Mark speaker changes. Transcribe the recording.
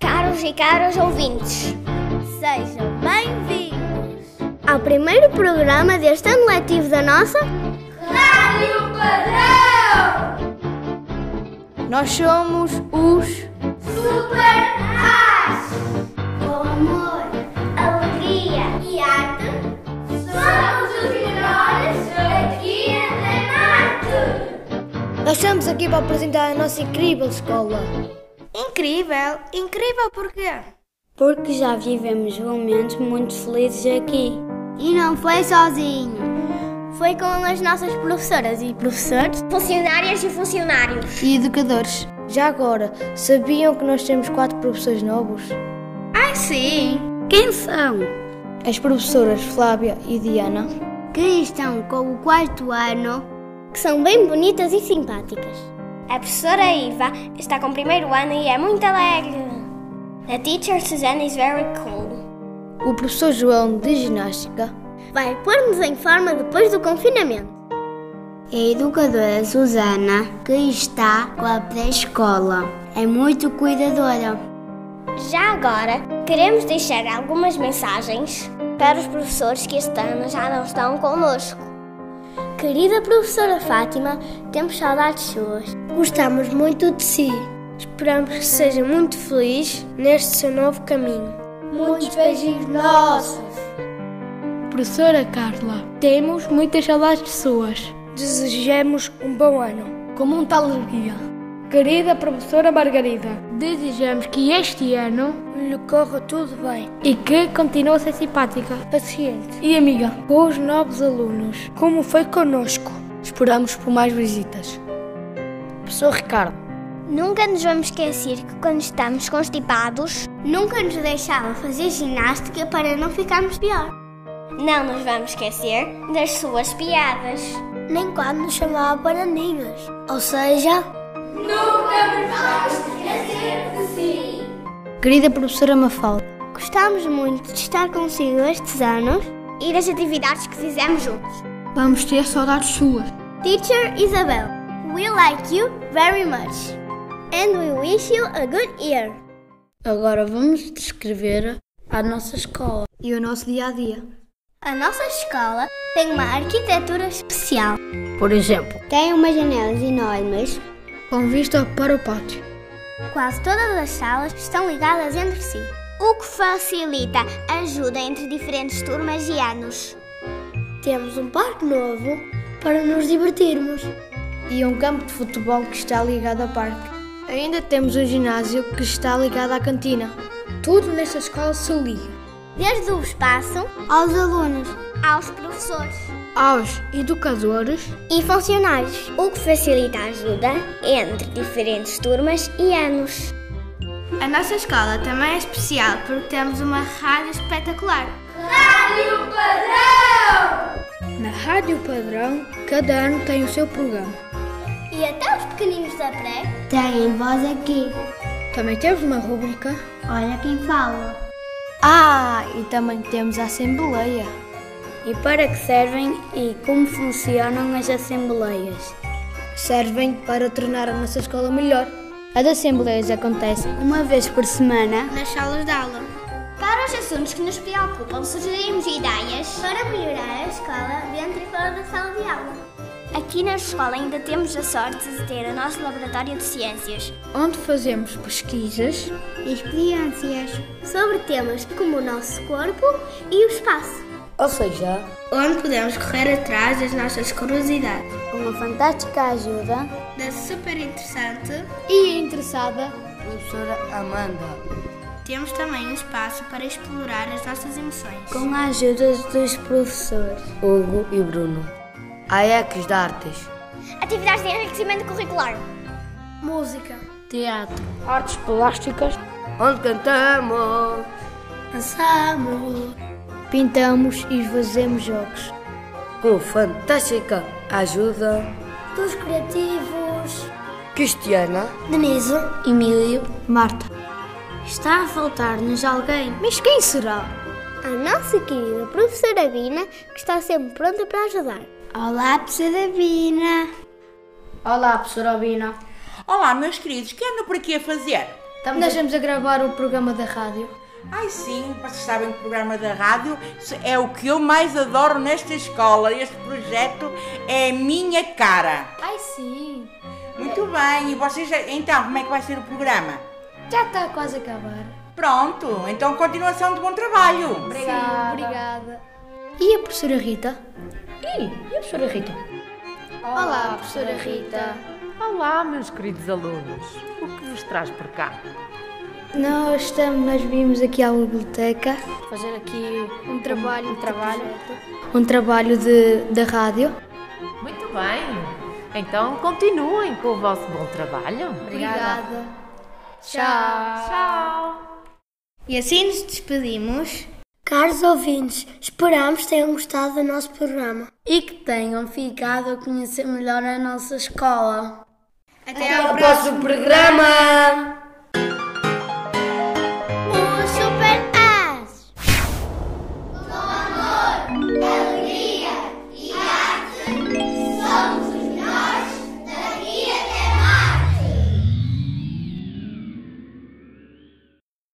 Speaker 1: caros e caras ouvintes.
Speaker 2: Sejam bem-vindos
Speaker 1: ao primeiro programa deste ano letivo da nossa
Speaker 2: Rádio Padrão.
Speaker 3: Nós somos os
Speaker 2: Super
Speaker 1: Com amor, alegria
Speaker 2: e arte, somos os melhores aqui em
Speaker 3: Marte. Nós estamos aqui para apresentar a nossa incrível escola.
Speaker 4: Incrível? Incrível porquê?
Speaker 5: Porque já vivemos momentos muito felizes aqui.
Speaker 6: E não foi sozinho.
Speaker 7: Foi com as nossas professoras e professores,
Speaker 8: funcionárias e funcionários.
Speaker 9: E educadores.
Speaker 3: Já agora, sabiam que nós temos quatro professores novos?
Speaker 4: Ah, sim!
Speaker 5: Quem são?
Speaker 3: As professoras Flávia e Diana,
Speaker 6: que estão com o quarto ano,
Speaker 1: que são bem bonitas e simpáticas.
Speaker 8: A professora Iva está com o primeiro ano e é muito alegre. A teacher Suzanne is very cool.
Speaker 3: O professor João de ginástica
Speaker 1: vai pôr-nos em forma depois do confinamento.
Speaker 6: A educadora Susana, que está com a pré-escola, é muito cuidadora.
Speaker 8: Já agora, queremos deixar algumas mensagens para os professores que este ano já não estão conosco.
Speaker 1: Querida professora Fátima, temos saudades suas.
Speaker 10: Gostamos muito de si. Esperamos que seja muito feliz neste seu novo caminho.
Speaker 2: Muitos beijinhos nossos!
Speaker 11: Professora Carla, temos muitas saudades suas.
Speaker 10: Desejamos um bom ano,
Speaker 11: com muita alegria.
Speaker 10: Querida professora Margarida,
Speaker 11: desejamos que este ano
Speaker 10: lhe corra tudo bem
Speaker 11: e que continue a ser simpática,
Speaker 10: paciente
Speaker 11: e amiga
Speaker 10: com os novos alunos, como foi conosco.
Speaker 11: Esperamos por mais visitas.
Speaker 3: Professor Ricardo,
Speaker 8: nunca nos vamos esquecer que quando estamos constipados,
Speaker 1: nunca nos deixava fazer ginástica para não ficarmos pior.
Speaker 8: Não nos vamos esquecer das suas piadas.
Speaker 2: Nem quando nos chamava para ninhas, ou seja,
Speaker 4: Nunca nos vamos esquecer de si.
Speaker 3: Querida professora Mafalda,
Speaker 1: gostamos muito de estar consigo estes anos
Speaker 8: e das atividades que fizemos juntos.
Speaker 9: Vamos ter saudades suas.
Speaker 1: Teacher Isabel, we like you very much and we wish you a good year.
Speaker 5: Agora vamos descrever a nossa escola
Speaker 9: e o nosso dia a dia.
Speaker 1: A nossa escola tem uma arquitetura especial.
Speaker 5: Por exemplo,
Speaker 6: tem umas janelas enormes
Speaker 9: com vista para o pátio.
Speaker 1: Quase todas as salas estão ligadas entre si,
Speaker 8: o que facilita a ajuda entre diferentes turmas e anos.
Speaker 10: Temos um parque novo para nos divertirmos
Speaker 3: e um campo de futebol que está ligado ao parque. Ainda temos um ginásio que está ligado à cantina.
Speaker 9: Tudo nesta escola se liga.
Speaker 1: Desde o espaço
Speaker 6: aos alunos,
Speaker 8: aos professores
Speaker 9: aos educadores
Speaker 1: e funcionários,
Speaker 8: o que facilita a ajuda entre diferentes turmas e anos.
Speaker 4: A nossa escola também é especial porque temos uma rádio espetacular.
Speaker 2: Rádio Padrão!
Speaker 9: Na Rádio Padrão, cada ano tem o seu programa.
Speaker 1: E até os pequeninos da pré
Speaker 6: têm voz aqui.
Speaker 9: Também temos uma rúbrica
Speaker 6: Olha quem fala.
Speaker 3: Ah, e também temos a Assembleia
Speaker 5: e para que servem e como funcionam as assembleias.
Speaker 3: Servem para tornar a nossa escola melhor.
Speaker 5: As assembleias acontecem uma vez por semana
Speaker 4: nas salas de aula.
Speaker 8: Para os assuntos que nos preocupam, sugerimos ideias
Speaker 1: para melhorar a escola dentro e fora da sala de aula.
Speaker 8: Aqui na escola ainda temos a sorte de ter o nosso laboratório de ciências,
Speaker 9: onde fazemos pesquisas
Speaker 6: e experiências
Speaker 1: sobre temas como o nosso corpo e o espaço
Speaker 3: ou seja,
Speaker 4: onde podemos correr atrás das nossas curiosidades.
Speaker 5: Uma fantástica ajuda
Speaker 4: da super interessante
Speaker 3: e interessada
Speaker 12: professora Amanda.
Speaker 4: Temos também um espaço para explorar as nossas emoções
Speaker 5: com a ajuda dos professores
Speaker 12: Hugo e Bruno. AECs de artes,
Speaker 8: atividades de enriquecimento curricular,
Speaker 10: música,
Speaker 5: teatro,
Speaker 3: artes plásticas,
Speaker 12: onde cantamos,
Speaker 10: dançamos
Speaker 3: pintamos e fazemos jogos.
Speaker 12: Com fantástica ajuda
Speaker 2: dos criativos
Speaker 12: Cristiana,
Speaker 10: Denise,
Speaker 5: Emílio,
Speaker 3: Marta.
Speaker 5: Está a faltar-nos alguém,
Speaker 3: mas quem será?
Speaker 1: A nossa querida professora Bina, que está sempre pronta para ajudar.
Speaker 6: Olá, professora Bina.
Speaker 3: Olá, professora Bina.
Speaker 13: Olá, meus queridos, que andam por aqui a fazer?
Speaker 3: Estamos Nós estamos a gravar o programa da rádio.
Speaker 13: Ai sim, vocês sabem que o programa da rádio é o que eu mais adoro nesta escola. Este projeto é a minha cara.
Speaker 3: Ai sim.
Speaker 13: Muito é. bem, e vocês então, como é que vai ser o programa?
Speaker 3: Já está quase a acabar.
Speaker 13: Pronto, então continuação de bom trabalho.
Speaker 3: Obrigada. Sim, obrigada. E a professora Rita?
Speaker 14: E, e a professora Rita?
Speaker 15: Olá, Olá professora Rita.
Speaker 16: Olá, meus queridos alunos. O que vos traz por cá?
Speaker 3: Nós estamos, nós vimos aqui à biblioteca
Speaker 15: fazer aqui um trabalho, um, um trabalho,
Speaker 3: um trabalho de da rádio.
Speaker 16: Muito bem. Então continuem com o vosso bom trabalho.
Speaker 3: Obrigada.
Speaker 15: Tchau.
Speaker 4: Tchau. E assim nos despedimos.
Speaker 2: Caros ouvintes, esperamos tenham gostado do nosso programa
Speaker 6: e que tenham ficado a conhecer melhor a nossa escola.
Speaker 4: Até, Até ao próximo, próximo programa. programa.